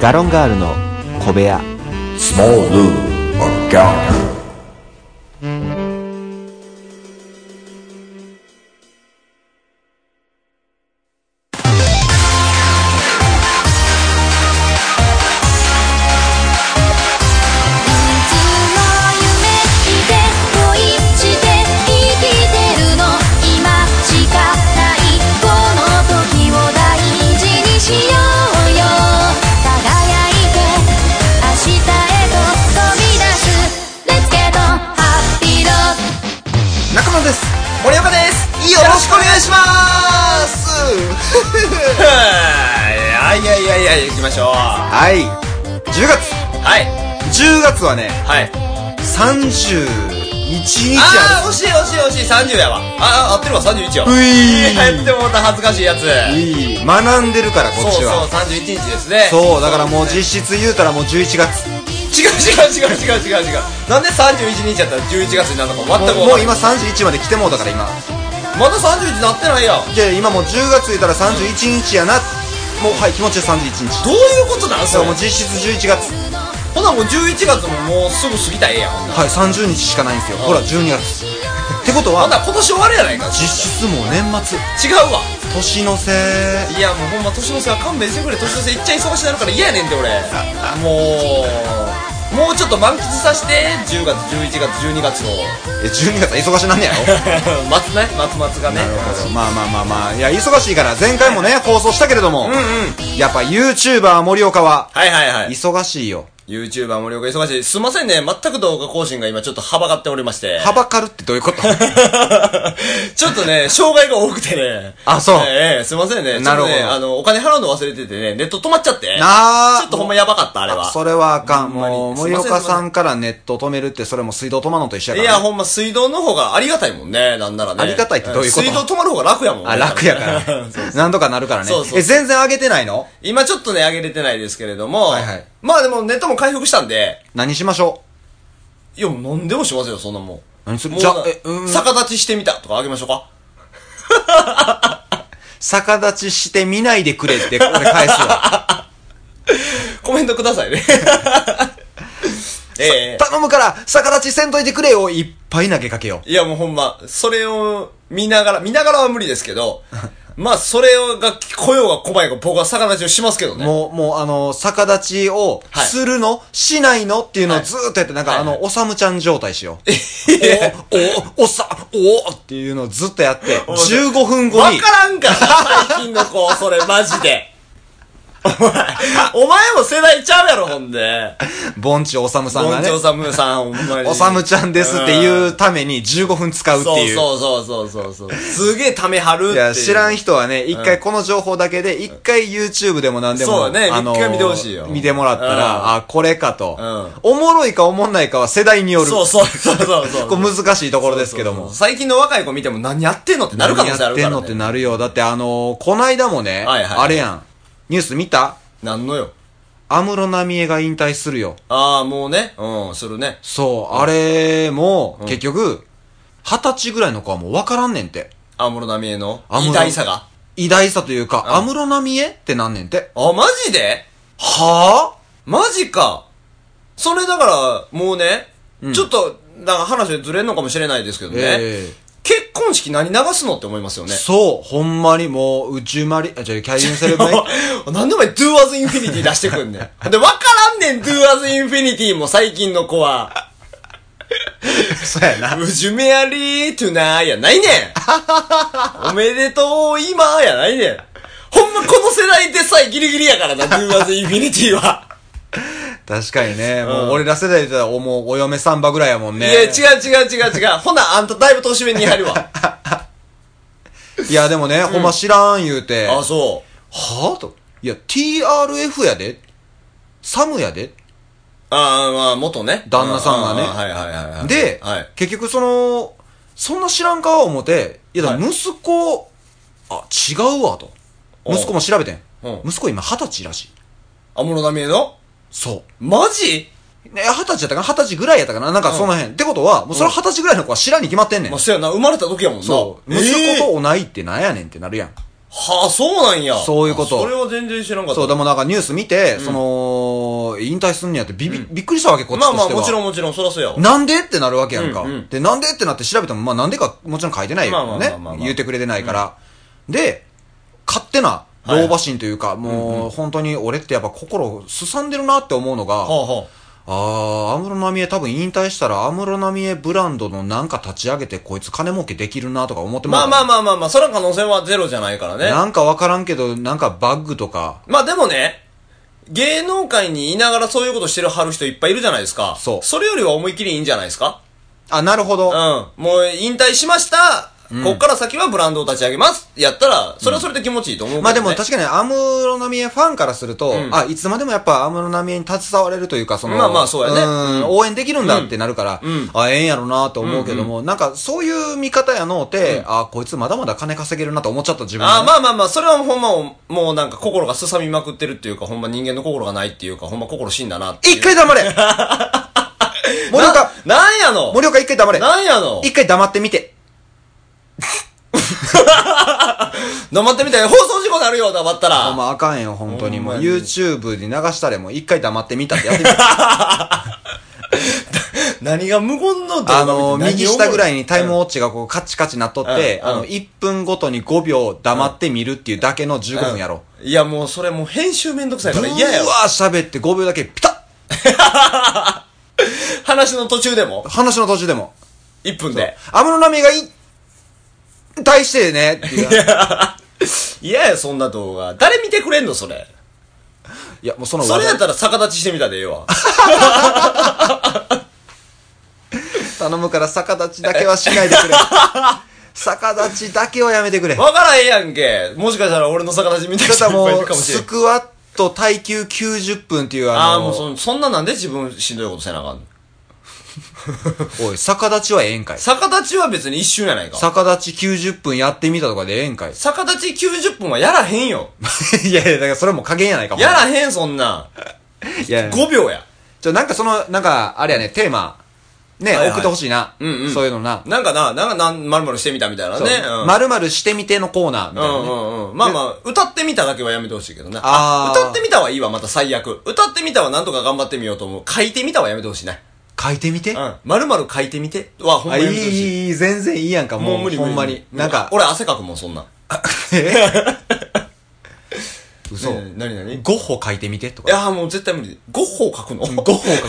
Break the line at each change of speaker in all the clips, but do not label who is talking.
ガロンガールの小部屋
Small Lou or Gallagher.
いつも夢見て恋して生きてるの今しかないこの時を大事にしようよ輝いて明日へと飛び出す Let's get on Happy Road
中野です森岡ですよろしくお願いします
はいはいはいはい行きましょうは
はい10月
い
10月はね
はい
31日
あ
あ
あ惜しい惜しい惜しい30やわああ合ってるわ31よ
うい
入ってもうた恥ずかしいやつ
るいい学んでるから
そ
こっ
う
ち
そう
は
31日ですね
そうだからもう実質言うたらもう11月
違う違う違う違う違う違うなんで31日やったら11月になるのか
も
全く
うもう
今
今31まで来てもうだから今
まだ31になってないやん
で今もう10月言うたら31日やなもうはい気持ちで31日
どういうことなんす
そう
よ
もう実質11月
ほなもう11月ももうすぐ過ぎたらええやんほんな
はい30日しかないんですよほら12月ってこと
ほんなら
は
今年終わるやないか
実質もう年末
違うわ
年のせ
いやもうほんま年の瀬は勘弁してくれ年の瀬いっちゃ忙しなるから嫌やねんって俺もうもうちょっと満喫させて10月11月12月 の
え12月は忙しなんねやろ
松ね松松がね
まあまあまあまあいや忙しいから前回もね放送したけれども、
うんうん
やっぱ YouTuber 森岡は
はいはいはい
忙しいよ
YouTuber 森岡忙しいすいませんね全く動画更新が今ちょっとはばかっておりまして
はばかるってどうい うこと
ちょっとね障害が多くてね
あそう
ええすいませんね
なるほど
ちょっとねあのお金払うの忘れててねネット止まっちゃって
あー
ちょっとほんまやばかったあれは
それはあかん
ほんまに
もう
すいません
森岡さんからネット止めるってそれも水道止まんのと一緒や
い
から、
や、
ね、
ほんま水道の方がありがたいもんね、なんならね。
ありがたいってどういうこと
水道止まる方が楽やもんね。
あ楽 やから何とかなるからね
そうそう
え全然上げてないの
今ちょっとね、上げれてないですけれども。
はいはい
まあでもネットも回復したんで。
何しましょ
いや、もう何でもしますよ、そんなもん。
何する
もう
じゃえうん
逆立ちしてみたとかあげましょうか。
う逆立ちして見ないでくれってこれ返すわ
コメントください ね。 ええ
頼むから逆立ちせんといてくれよいっぱい投げかけよう
いや、もうほんま、それを見ながら、見ながらは無理ですけ ど、まあ、それが来ようが来まいが僕は逆立ちをしますけどね。
もう、もう、あの、逆立ちを
はい
するの、しないのっていうのを
はい
ずーっとやって、なんか、
はい
あの、おさむちゃん状態しよう。お、お、おさ、おっていうのをずっと やって、15分後
わ
に、
からんから最近の子、それ、マジで。お前、お前も世代ちゃうやろ、ほんで。
ぼんちおさむさん
ゴ
が
ン
ね
チョ、ウサムさん、ほんまに。
おさむちゃんですっていううために15分使うっ
ん。
て
そう
いう。
そうそうそうそう。すげえためはるっていう。
いや、知らん
人。
人はね、一回この情報だけで、一回 YouTube でも何でも、
そうだね
あの
一回見てほしいよ
見てもらった
うん
ら、あ、これかと
うん。
おもろいかおもんないかは世代による。
そうそうそうそうそう。
これ難しいところですけども。
最近の若い子見ても何やってんのってなる可能性あるから、ね。
何やってんのってなるよ。だってあのーこないだもね、
はいはい
あれやん。ニュース見た
なんのよ。
安室奈美恵が引退するよ。
ああ、もうね。うん、するね。
そう、あれも、結局、二十歳ぐらいの子はもう分からんねんて。
安室奈美恵の
安室
偉大さが。
偉大さという
うん
か、安室奈美恵ってなんねんて。
あ、マジで
は
マジか。それだから、もうね、
うん
ちょっと、なんか話ずれんのかもしれないですけど
ぁ
ね。結婚式何流すのって思いますよね。
そう、ほんまにもう、宇宙マリ、あ、じゃキャリンセレブレイ ト
なんでお前、Do as Infinity 出してくんねん。 で、わからんねん、Do as Infinity も最近の子 は。
そうやな。
うじゅめありーとなーやないね ん。おめでとう今ーやないねん。ほんまこの世代でさえギリギリやからな、Do as Infinity は。
確かにね、も
う
うん俺ら世代で言ったら、おもう、お嫁さんばぐらいやもん
い
ね。
や、違う違う違う違う。ほな、あんただいぶ年上に入る わ。
いや、でもね、ほんま知らん言うて。
あ、そう。
はぁと。いや、TRF やで。サムやで。
ああ、まあ、元ね。
旦那さんがね
あーはいはいはいはい。
で、
はい。
結局その、そんな知らんか思て、いや、だから
は
息子、あ、違うわと。
おう
息子も調べてん
うん。
息子今二十歳らしい。
安室奈美恵の
そ
マジ
う。ね、二十歳やったかな二十歳ぐらいやったかななんかその辺。ってことは、もうそれは二十歳ぐらいの子は知らんに決まってんねん
まあ、。そやな、生まれた時やもんな。
そう。
ええ
息子と同いってなんやねんってなるやん。
はあ、そうなんや。
そういうこと
それは全然知らんかった。
そう、でもなんかニュース見て、その、引退すんねやってびび、びっくりしたわけ、こっちと
まあ
して
ま
は。
あ、もちろんもちろん、そらそうやわ。
なんでってなるわけやんか。
うんうん
で、なんでってなって調べても、まあなんでか、もちろん書いてない
まあま
よ
あまあ
ね
まあまあ。
言うてくれてないから。で、勝手な、
い
老婆心というか、もう、本当に俺ってやっぱ心すさんでるなって思うのが、
はあは
あー、安室奈美恵多分引退したら、安室奈美恵ブランドのなんか立ち上げて、こいつ金儲けできるなとか思って
あ。まあまあ
あ
まあまあまあ、そら可能性はゼロじゃないからね。
なんかわからんけど、なんかバッグとか、
まあでもね、芸能界にいながらそういうことしてるはる人いっぱいいるじゃないですか。
そう
それよりは思いっきりいいんじゃないですか
あ、なるほど。
うん。もう引退しました。こっから先はブランドを立ち上げます。やったら、それはそれで気持ちいいと思うけど、ね
まあでも確かに安室奈美恵ファンからすると、
ん
あ、いつまでもやっぱ安室奈美恵に携われるというか、その、
まあまあそうやね
ん
うん
応援できるんだってなるから、
うん
あ、ええんやろなと思うけども、なんかそういう見方やのうて、あ、こいつまだまだ金稼げるなと思っちゃった自分がね
ああまあまあまあ、それはほんまもう、もうなんか心がすさみまくってるっていうか、ほんま人間の心がないっていうか、ほんま心死んだなっていう。
一回 黙れ森岡、
な、なんやの
森岡一回黙れ
なんやの
一回黙ってみて。
黙ってみたい。放送事故になるよ、黙った
あ
ら。
んまあかんよ、本当に。もう
ほんまに
YouTube に流したれもう一回黙ってみたってやってみて。
何が無言の動画
あの、右下ぐらいにタイムウ
を。
ォッチがこうカチカチなっとって、
うん
あ
う
の、
ん
1分ごとに5秒黙って見るっていうだけの15分やろ。
いや、もうそれもう編集めんどくさい
ブ
か
ワ
ら
ー
嫌やわ。
喋って5秒だけピタ
話の途中でも
ッ話の途中でも。
?1 分で。
安室奈美恵がい、対してねっていう。
嫌やそんな動画。誰見てくれんの、それ。
いや、もうその
それやった
技
ら逆立ちしてみたでええわ。
頼むから逆立ちだけはしない でくれ。逆立ちだけはやめてくれ。だ
わからへんやんけ。もしかしたら俺の逆立ち見た
った
人
ら
いっぱいい
も
るか
う、
もしれ
ス
ん。
クワット耐久90分っていう
あ
あ
あー、
の
もうそそんななんで自分しんどいことせなあかんの
おい、逆立ちはええんかい。
逆立ちは別に一瞬やないか。
逆立ち90分やってみたとかでええんかい。
逆立ち90分はやらへんよ。
いやいや、だからそれも加減やないかも。
やらへん、そんなん。
いやいや
5秒や。
ちょ、なんかその、なんか、あれやね、テーマ、ね、
はいはい
送ってほしいな。
うんうん
そういうのな。
なんかな、なんかなん、まるまるしてみたみたいなね。うん
まるまるしてみてのコーナーみ
う
たいなんね。
うんうん。まあまあ、歌ってみただけはやめてほしいけどね。
あー
歌ってみたはいいわ、また最悪。歌ってみたはなんとか頑張ってみようと思う。書いてみたはやめてほしいね。
書いてみて。
うん。まるまる書いてみてはほん
あ、
ま
いい
やめてほしい。、
いい、全然いいやんか、もう。
もう無理無
ほ
理。
んまに。
無理
なんか、
俺汗かくもん、そんなん。
嘘。
ねえ何何
ゴッホ書いてみてと
い
か。
やーもう絶対無理。ゴッホを書くの
ゴッホ書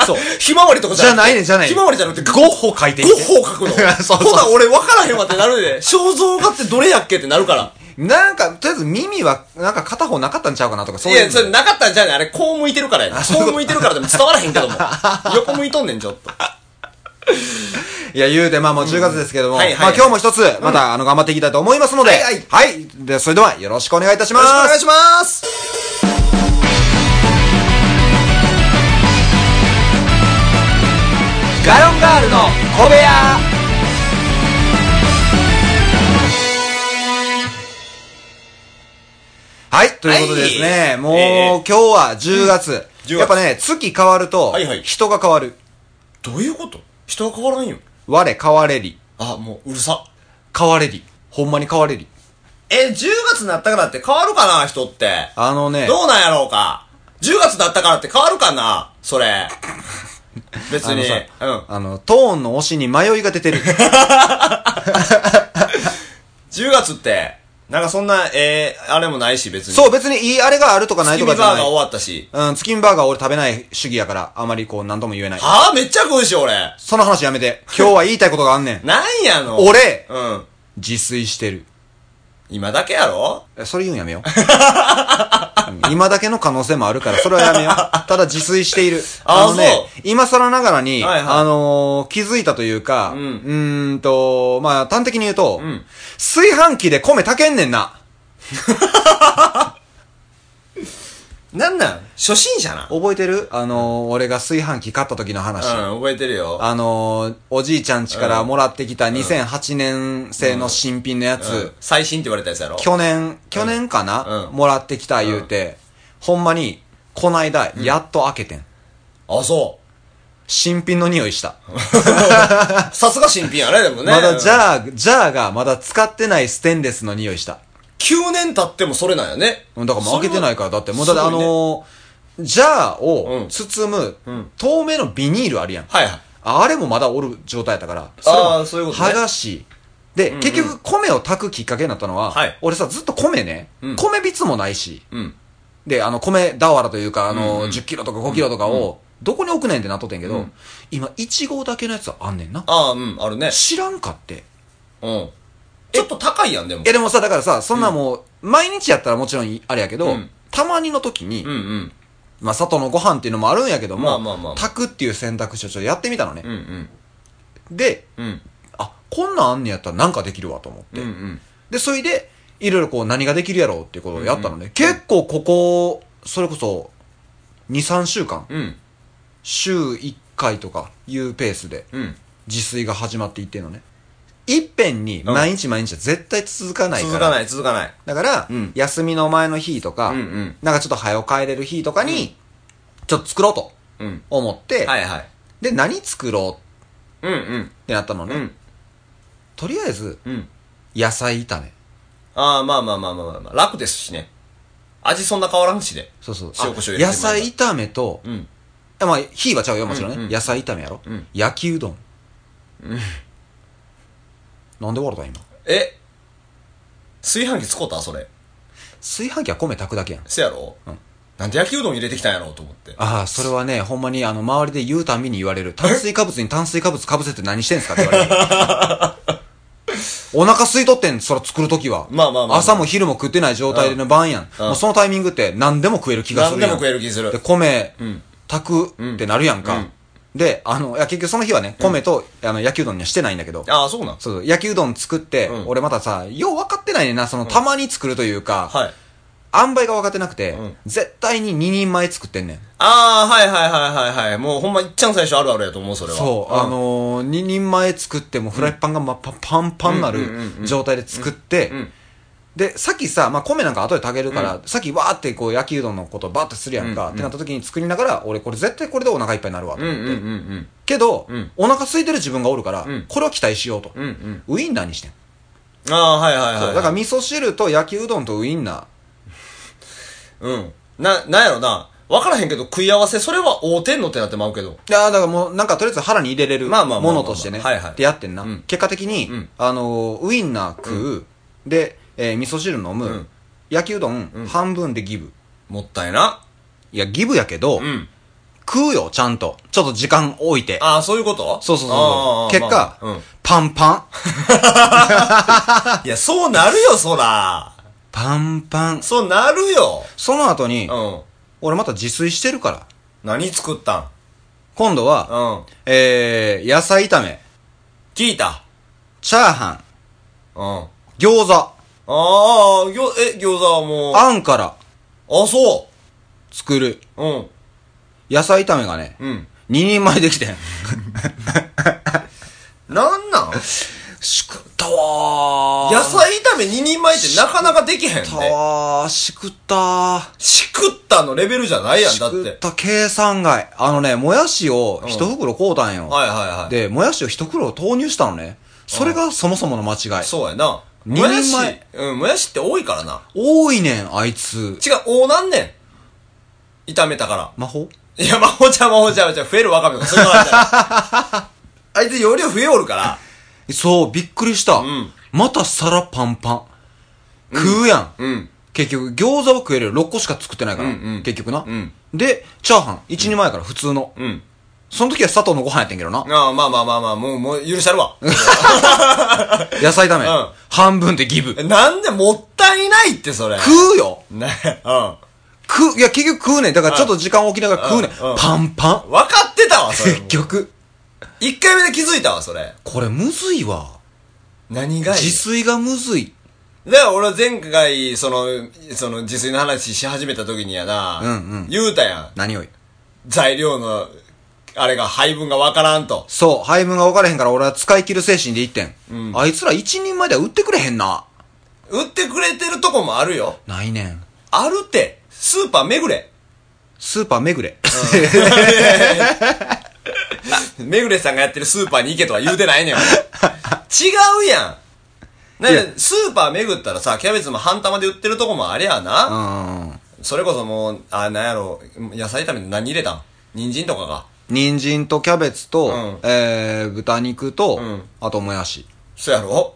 く。そう。
ひまわりとか
じゃないね、じゃないね。
ひまわりじゃなくて、
ゴッホ書いてみ
ゴ
て。
ッホを書くの
そうそう
ほな、俺分からへんわってなるで。肖像画ってどれやっけってなるから。
なんか、とりあえず耳は、なんか片方なかったんちゃうかなとか、そう
い
いうの。
や、それなかったんじゃないあれ、こう向いてるからやな。こう向いてるからでも伝わらへんけども。 横向いとんねん、ちょっと。
いや、言うて、まあもう10月ですけども、
うんはいはい
まあ今日も一つ、また、あの、頑張っていきたいと思いますので、
はいはい
で、それでは、よろしくお願いいたし
よ
ま
ろしくお願い
す。
します。
ガロンガールの小部屋はい、ということでですね、
はい
もう、
え
今日は10月。
10月
やっぱね、月変わると
はいはい、
人が変わる。
どういうこと人は変わらんよ。
我変われり。
あ、もう、うるさ。
変われり。ほんまに変われり。
え、10月になったからって変わるかな、人って。
あのね、
どうなんやろうか。10月だったからって変わるかなそ れ。別
あの
に。
さ、
うん。
あの、トーンの推しに迷いが 出てる。
10月って、なんかそんな、えー、あれもないし、別に。
そう、別にいいあれがあるとかない
月
と
見バ
か
ー
じ
ガ
ゃな
ー終
い。
わったし。
うん、月見バーガー俺食べない主義やから、あまりこう、何とも言えない。
はぁ、めっちゃ食うし、俺。
その話やめて。今日は言いたいことがあんねん。
なんやの。
俺、
うん。
自炊してる。
今だけやろ
えそれ言うんやめよう。うん今だけの可能性もあるから、それはやめよう。ただ自炊している。
あ
のね
そ、
今更ながらに、
はいはい
あのー気づいたというか、
うん
うーんと、まあ、端的に言うと、
ん
炊飯器で米炊けんねんな。
なんなん初心者な。
覚えてるあのー俺が炊飯器買った時の話。
うん、覚えてるよ。
あのーおじいちゃん家からもらってきた2008年製の新品のやつ、
うん最新って言われたやつやろ
去年、去年かな、
うん
もらってきた言うて、ほんまに、こないだ、やっと開けてん。
あ、そ
新品の匂いした。
う。さすが新品やね、でもね。
まだジ
あ。
ャー、ジャーがまだ使ってないステンレスの匂いした。
9年経ってもそれなんやね。
うんだからもう開けてないから、だって、もうだって
す
あ
ごいね
のー、ジャー
う
を
ん
包む、透明のビニールあるやん。
はいはい。
ああれもまだおる状態やったから、れも
あーそういうことね
剥がし。で、結局米を炊くきっかけになったのは、
はい
俺さ、ずっと米ね、
ん
米びつもないし、
うん。
で、あの、米俵というか、あ
うんう
の、
ん
10キロとか5キロとかを、どこに置くねんってなっとってんけど、今、1号だけのやつあんねんな。
ああ、うん、あるね。
知らんかって。
うん。ちょっと高いやん、でも
い。やでもさ、だからさ、そんなもう、毎日やったらもちろんあれやけ
う
ど、
ん
たまにの時に、
うんうん。
まあ、里のご飯っていうのもあるんやけども、
まあまあまあ
炊くっていう選択肢をちょっとやってみたのね。
うんうん。
で、
うん。
あ、こんなんあんねやったらなんかできるわと思って。
うんうん。
で、それで、いろいろこう何ができるやろうっていうことをやったのね。結構ここ、それこそ、2、3週間、
うん。
週1回とかいうペースで、
うん。
自炊が始まっていってんのね。いっぺんに毎日毎日は絶対続かないから。
続かない、続かない。
だから、
うん
休みの前の日とか、
うんうん
なんかちょっと早く帰れる日とかに、ちょっと作ろうと
うん。
思って、
はいはい。
で、何作ろ
う
う
んうん。
ってなったのね。
うん。
とりあえず、
うん。
野菜炒め。
ああ、まあまあまあまあまあまあ。楽ですしね。味そんな変わらんしで。
そうそう。
塩コショウ入れ
野
てもらえば
菜炒めと、
うん。
あまあ、火はちゃうよ、もちろんね。
うんうん
野菜炒めやろ。
うん
焼きうどん。なんで笑った今。
え炊飯器使うたそれ。
炊飯器は米炊くだけやん。
せやろ
うん
なんで焼きうどん入れてきたんやろうと思って。
ああ、それはね、ほんまに、あの、周りで言うたんびに言われる。炭水化物に炭水化物かぶせて何してんすかって言われる。 お腹空いとってん、それ作るときは。
まあまあまあまあ
朝も昼も食ってない状態での晩やん。
うん
もうそのタイミングって何でも食える気がす
何
る
で
やん。
も食える気する
で、。米
ん、
炊くってなるやんか。
うん
で、あの、いや、結局その日はね、米と、あの、焼きうどんにはしてないんだけど。
ああ、そうなん
そうそう、焼きうどん作って、
うん
俺またさ、よう分かってないねんな、その、たまに作るというか、
はい。
塩梅が分かってなくて、
ん
絶対に2人前作ってんねん。
ああ、はいはいはいはいはい。もうほんまいっちゃん最初あるあるやと思う、それは。
そう、
ん
あ、のー、2人前作ってもフライパンがま、パパンパンな
うんうんうんう
る
ん
状態で作って
んうん、
で、さっきさ、まあ、米なんか後で炊けるから、さっきわーってこう焼きうどんのことバーってするやんか、
うんうん
ってなった時に作りながら、俺これ絶対これでお腹いっぱいになるわと
うん
思
う
って。
んうんうん。
けど、
うん
お腹空いてる自分がおるから、
うん
これを期待しようと。
うんうん。
ウインナーにしてん。
ああ、はいはいはい
そ
は
う
い。
だから味噌汁と焼きうどんとウインナー。
うん。な、なんやろな。わからへんけど、食い合わせ、それは合うてんのってなってまうけど。
いやーだからもう、なんかとりあえず腹に入れれる
まあまあまあま
も
あま
の
あ
としてね、
はいはい
ってやってんな。
うん
結果的に、
うん
あのーウインナー食う、で、えー味噌汁飲む、
うん
焼きうどん、半分でギブ。
もったいな。
いや、ギブやけど、
うん。
食うよ、ちゃんと。ちょっと時間置いて。
ああ、そういうこと
そうそうそ
あ
うそ
あ
う。結果、
まあうん。
パンパン。
いや、そうなるよ、そら。
パンパン。
そうなるよ。
その後に、
うん。
俺また自炊してるから。
何作った
今度
んう
は、
ん。
えー、野菜炒め、
聞いた。
チャーハン、
うん。あ
餃子、
あ、ぎょ、え、餃子はもう。あ
あんから
あ、そ
作る
う。うん。
野菜炒めがね、
うん。
二人前できてん。
なんなん
しくったわー。
野菜炒め2人前ってなかなかできへん
しく
で
った。わー。しくったー。
しくったのレベルじゃないやん、
し
だっ。
くってた計算外。あのね、もやしを
うん
一袋買うたんよ。
はいはいはい。
で、もやしを一袋投入したのね。それがそもそもの間違い。
そうやな。
二
もやし
人前、
うん、もやしって多いからな。
多いねん、あいつ。
違う、おなんねん。炒めたか
魔法
ら。いや、魔法ちゃん魔法ちゃん魔法ちゃん増えるわかめがそんなわけじゃ ないあいつ容量増えおるから。
そう、びっくりした。
ん
また皿パンパン。食うやん。
うん。
結局、餃子は食えるよ。6個しか作ってないから。
うんうん
結局な。
ん
で、チャーハン。1、2前から普通の。
うん。
その時は佐藤のご飯やってんけどな。
ああ、まあまあまあまあ、もう、もう許したるわ。
野菜炒め。
うん
半分でギブ。
なんでもったいないって、それ。
食うよ
ね、うん。
食う、いや、結局食うねん。だからちょっと時間置きながら食うねん。
うんうん
パンパン。
分かってたわ、それ。
結局。
一回目で気づいたわ、それ。
これむずいわ。
何がいい
自炊がむずい。
で、俺は前回、その、その自炊の話し始めた時にやな、
うんうん
言うたやん。
何をい。
材料の、あれが配分がわからんと。
そう、配分が分からへんから俺は使い切る精神で一点。あいつら一人前では売ってくれへんな。
売ってくれてるとこもあるよ。
ないねん。
あるって、スーパーめぐれ。
スーパーめぐれ。
めぐれさんがやってるスーパーに行けとは言うてないねん、俺違うやん。ねスーパー巡ったらさ、キャベツも半玉で売ってるとこもありゃあ
う
な。
んうんうん。
それこそもう、あ、なんやろ、野菜炒め何入れたん人参とかが。
人参とキャベツと、
うん
えー、豚肉と、
ん
あともやし。
そやろ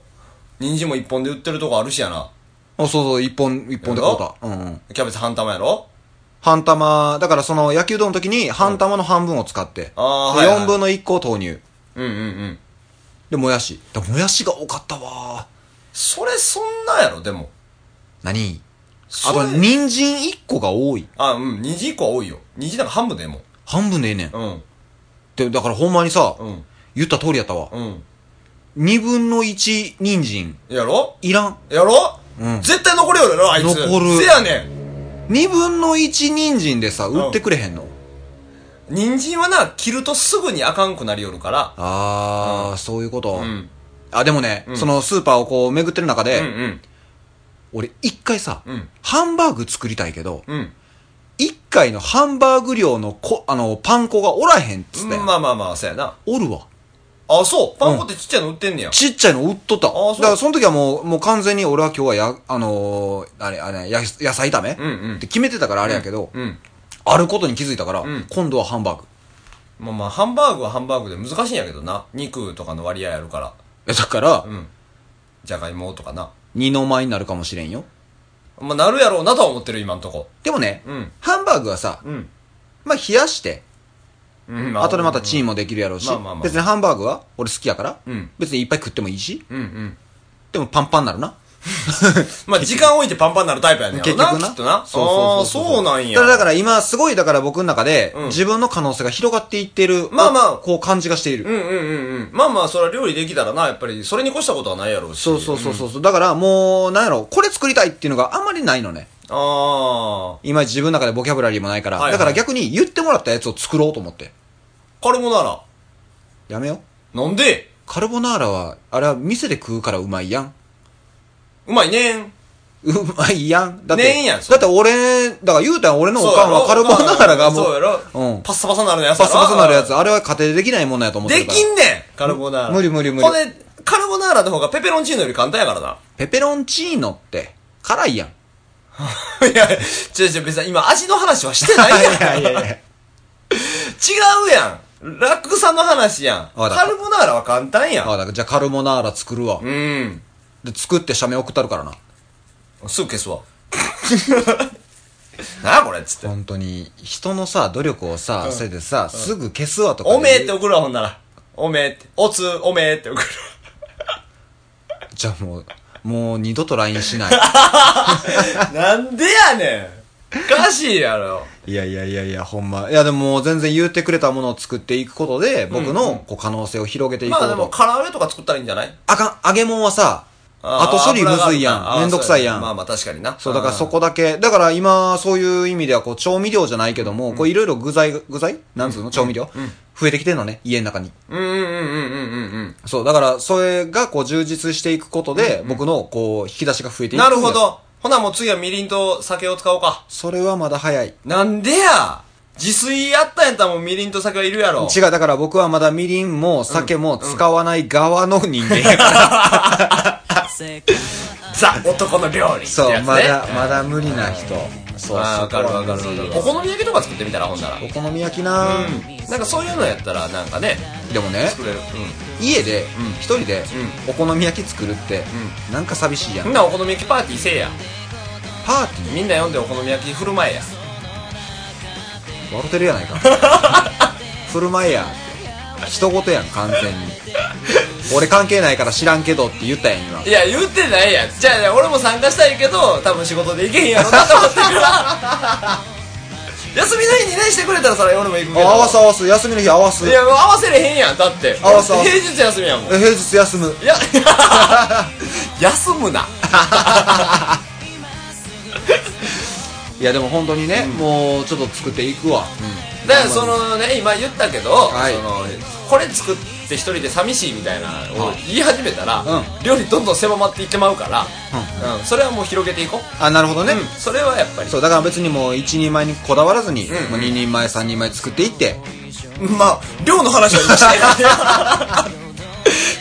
人参も一本で売ってるとこあるしやな。
あ、そうそう、一本、一本で買うた。うんうん。
キャベツ半玉やろ
半玉、だからその野球道の時に半玉の半分を使って、
あー
で
はいはい
4分の1個を投入。
うんうんうん。
で、もやし。だからもやしが多かったわ
それそんなやろ、でも。
何あ
それ
と、人参1個が多い。
あ、うん、人参一個は多いよ。人参なんか半分でええもん。
半分でええねん。
うん。
で、だからほんまにさ、
うん
言った通りやったわ。
うん。
2分の1人参、
やろ
いらん。
やろ
うん
絶対残るよな、あいつ。
残る
せやねん。
2分の1人参でさ、売ってくれへんの、
人参はな、切るとすぐにあかんくなりよるから。
あー、そういうこと。
うん。
あ、でもね、
うん
そのスーパーをこう巡ってる中
う
で、
んうん。
俺一回さ、
うん
ハンバーグ作りたいけど、
うん。
一回のハンバーグ量のこ、あの、パン粉がおらへんっつって、
まあまあまあ、そうやな。
おるわ。
あ、そう。パン粉ってちっちゃいの売ってんねや。
ちっちゃいの売っとった。だ
そう
からその時はもう、もう完全に俺は今日はや、あのーあれ、あれ、や野菜炒め、
うんうん
って決めてたからあれやけど、
うん。
あることに気づいたから、
ん
今度はハンバーグ。
まあまあ、ハンバーグはハンバーグで難しいんやけどな。肉とかの割合あるから。
いやだから、
うん。じゃがいもとかな。
二の舞になるかもしれんよ。
まあ、なるやろうなとは思ってる、今んとこ。
でもね、
うん
ハンバーグはさ、
うん。
まあ冷やして、
うん。
後でまた
ち
チーンもできるやろうし、
まあまあまあ
別にハンバーグは俺好きやから、
うん
別にいっぱい食ってもいいし、
うんうん。
でもパンパンになるな。
まあ、時間置いてパンパンになるタイプやねんや
結
ろ
局
な。
な。
きっとな。
そうそうそ
あー
う
そうなんや。
ただだから今すごいだから僕の中で、
うん
自分の可能性が広がっていってる。
まあまあ
こう感じがしている。
うんうんうんうん。まあまあ、それは料理できたらな、やっぱり、それに越したことはないやろうし。
そうそうそうそう。だからもう、なんやろ、これ作りたいっていうのがあんまりないのね。
ああ。
今自分の中でボキャブラリーもないから。
はいはい
だから逆に言ってもらったやつを作ろうと思って。
カルボナーラ。
やめよ。
なんで
カルボナーラは、あれは店で食うからうまいやん。
うまいねん。
うまいやん。だって、
ねえやんそ
だ
れ
って俺、だから言うたら俺のお
そう
か
や
ん
ろ
はカルボナーラがもう、
そうやろ。
うん。
パッサパサなるやつ
パ
や
ス
ろ
パスなるやつ、あれは家庭でできないもんなんやと思って
で
るから。
きんねんカルボナーラ。
無理無理無理
これ、カルボナーラの方がペペロンチーノより簡単やからな。
ペペロンチーノって、辛いやん。い
いや、ちょちょ、別に今味の話はして ないやん。違
や。
うやん。楽さの話やん。
わかった
カルボナーラは簡単や
あ
ん。
あ、だからじゃあカルボナーラ作るわ
う。ん。
で、作って写メ送ったるからな。
すぐ消すわ。 なあこれっつって。
本当に、人のさ、努力をさ、それでさ、すぐ消すわとか。
おめえって送るわ、ほんなら。おめえって。おつ、おめえって送 る
じゃあもう、もう二度と LINE しない。
わ。なんでやねん。おかしいやろ。
いやいやいやいや、ほんま。いやでももう全然言うてくれたものを作っていくことで、僕のこう可能性を広げていこう
まあで
と。
も、唐揚げとか作ったらいいんじゃない
あかん、揚げ物はさ、後処理むずいやん。めんどくさいやん。
まあまあ確かにな。
そう、だからそこだけ、だから今、そういう意味では、こう、調味料じゃないけども、こう、いろいろ具材、具材なんつうの調味料増えてきてんのね、家の中に。
うんうんうんうんうんうん
そう、だから、それが、こう、充実していくことで、僕の、こう、引き出しが増え
う
て
ん。
いく。
なるほ。ど。ほなもう次はみりんと酒を使おうか。
それはまだ早い。違
なんでや自炊やったんやったらもうみりんと酒はいるやろ。
う、だから僕はまだみりんも酒も使わない側の人 間やから。
ザ男の料理ってやつね。
そう、まだ、まだ無理な人。そう、
ああ、わかるわかるわ
そこ
か
は無
る。
理
お好み焼きとか作ってみたらほんなら。
お好み焼きな
なんかそういうのやったらなんかね、
でもね、
作れる。
家で、一人で、お好み焼き作るって、なんか寂しいや
うん。みん
ん。
なお好み焼きパーティーせえや。
パーティー
みんな読んでお好み焼き振る舞えや。
笑ってるやない か振る舞いや人事やん完全に俺関係ないから知らんけどって言ったやん今
いや、言ってないやん。じゃあね、俺も参加したいけど、多分仕事で行けへんやろなと思ってる から。休みの日にねしてくれたらそれ俺も行くけど。
あ合わす合わす休みの日合わす
いや、もう合わせれへんやん。だって。
合わす合わす
平日休みや もん。
え平日休む
いや、休むな。
いやでも本当にね、もうちょっと作っていくわ、
だからそのね、今言ったけど、
はい
そのこれ作って一人で寂しいみたいなを言い始めたら、
う
料理どんどん狭まっていってまうから、うんそれはもう広げていこう。
あなるほどね、
うんそれはやっぱり。
そうだから別にもう一人前にこだわらずに、
うん
もう二人前三人前作っていって
まあ、量の話は今してない。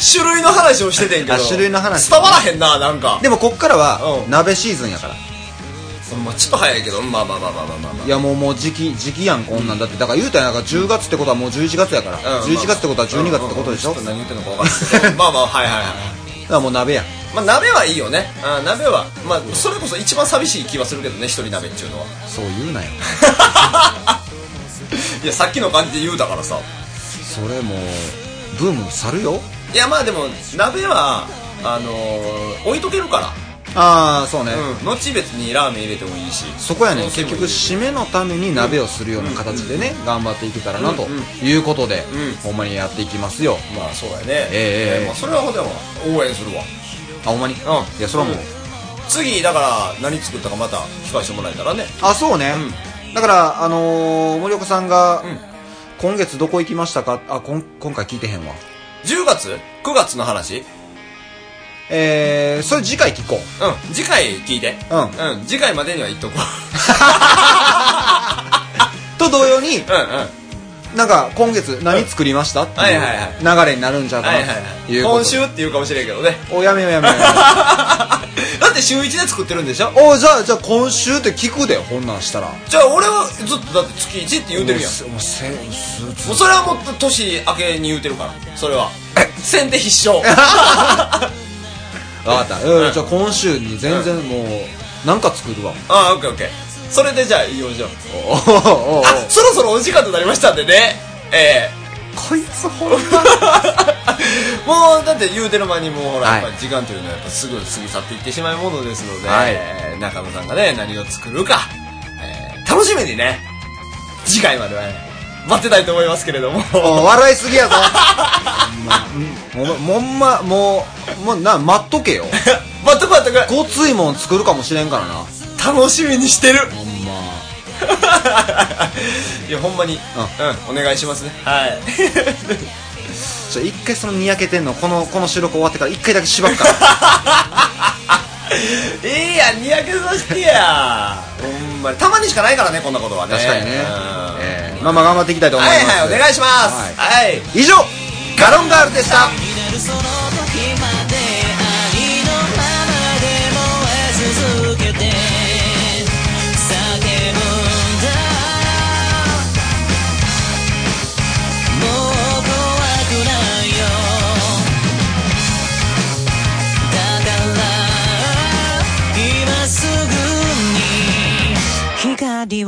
種類の話をしててんけど
あ種類の話
伝わらへんななんか
でもこっからは
うん
鍋シーズンやから
まあ、ちょっと早いけどまあまあまあまあまあまあ、まあ
い、やもうもう時期時期やんこんなんだってだから言うたらなんか10月ってことはもう11月やから
うん
11月ってことは12月ってことでしょ
うんう
だ
んちょっと何言
か
ってんのか分からんないけどまあまあはいはいはい
らもう鍋や
まあ、鍋はいいよね、うん、鍋は、まあ、それこそ一番寂しい気はするけどね一人鍋っていうのは
そう言うなよ
いやさっきの感じで言うだからさ
それもうブーム去るよ
いやまあでも鍋はあのー置いとけるか
ああそうね
ら、うん、後別にラーメン入れてもいいし
そこやね
うん
結局
し
締めのために鍋をするような形でね頑張っていけたらなということで
うん
ほんまにやっていきますよ
まあそうやね
ええ
まあ、それはほんでも応援するわ
あほんまにい
うん
やそれはもう
次だから何作ったかまた聞かせてもらえたらね
あそうね、だからあのー森岡さんが、
ん
今月どこ行きましたかあこん今回聞いてへんわ
10月9月の話
えー、それ次回聞こう
うん次回聞いて
う
う
ん
ん、次回までには言っとこう
と同様に
うん うん
なんか今月何作りましたって
はいいうはい
流れになるんちゃうか
は
ない
はい
という
は
こ
い今
と
週って言うかもしれんけどね
おやめよやめよやめよ
だって週1で作ってるんでしょ
おじゃあじゃあ今週って聞くでこんなんしたら
じゃあ俺はずっとだって月1って言うてるやん
もうもうせす
もうそれはもっと年明けに言うてるからそれは先手必 勝
わかった、うんじゃあ今週に全然もう、なんか作る わ
ああオッケーオッケーそれでじゃあ言おうじゃん
おおおお
あそろそろお時間となりましたんでねええ
こいつほんま
もうだって言うてる間にもうほら、
はい
やっぱ時間というのはやっぱすぐ過ぎ去っていってしまうものですので、
はい
えー中野さんがね何を作るか、えー楽しみにね次回まではね待ってたいと思いますけれども
お笑いすぎやぞほんまうんほんまもうもうな待っとけよ
待っとく待っと
ごついもん作るかもしれんからなほん
く楽しみにしてる
ま
いやほんまに、うんお願いしますねはい
ちょ一回そのにやけてんのこのこの収録終わってから一回だけしばくから
いいやんにやけさせて やほんまにたまにしかないからねこんなことはね
確かにね、
うん
えーまあまあ頑張っていきたいと思いま
は
す
いはいお願いしますはい
以上ガロンガールでした
「その時までありのままで燃え続けて叫ぶんだ」「もう怖くないよ」「だから今すぐに光を」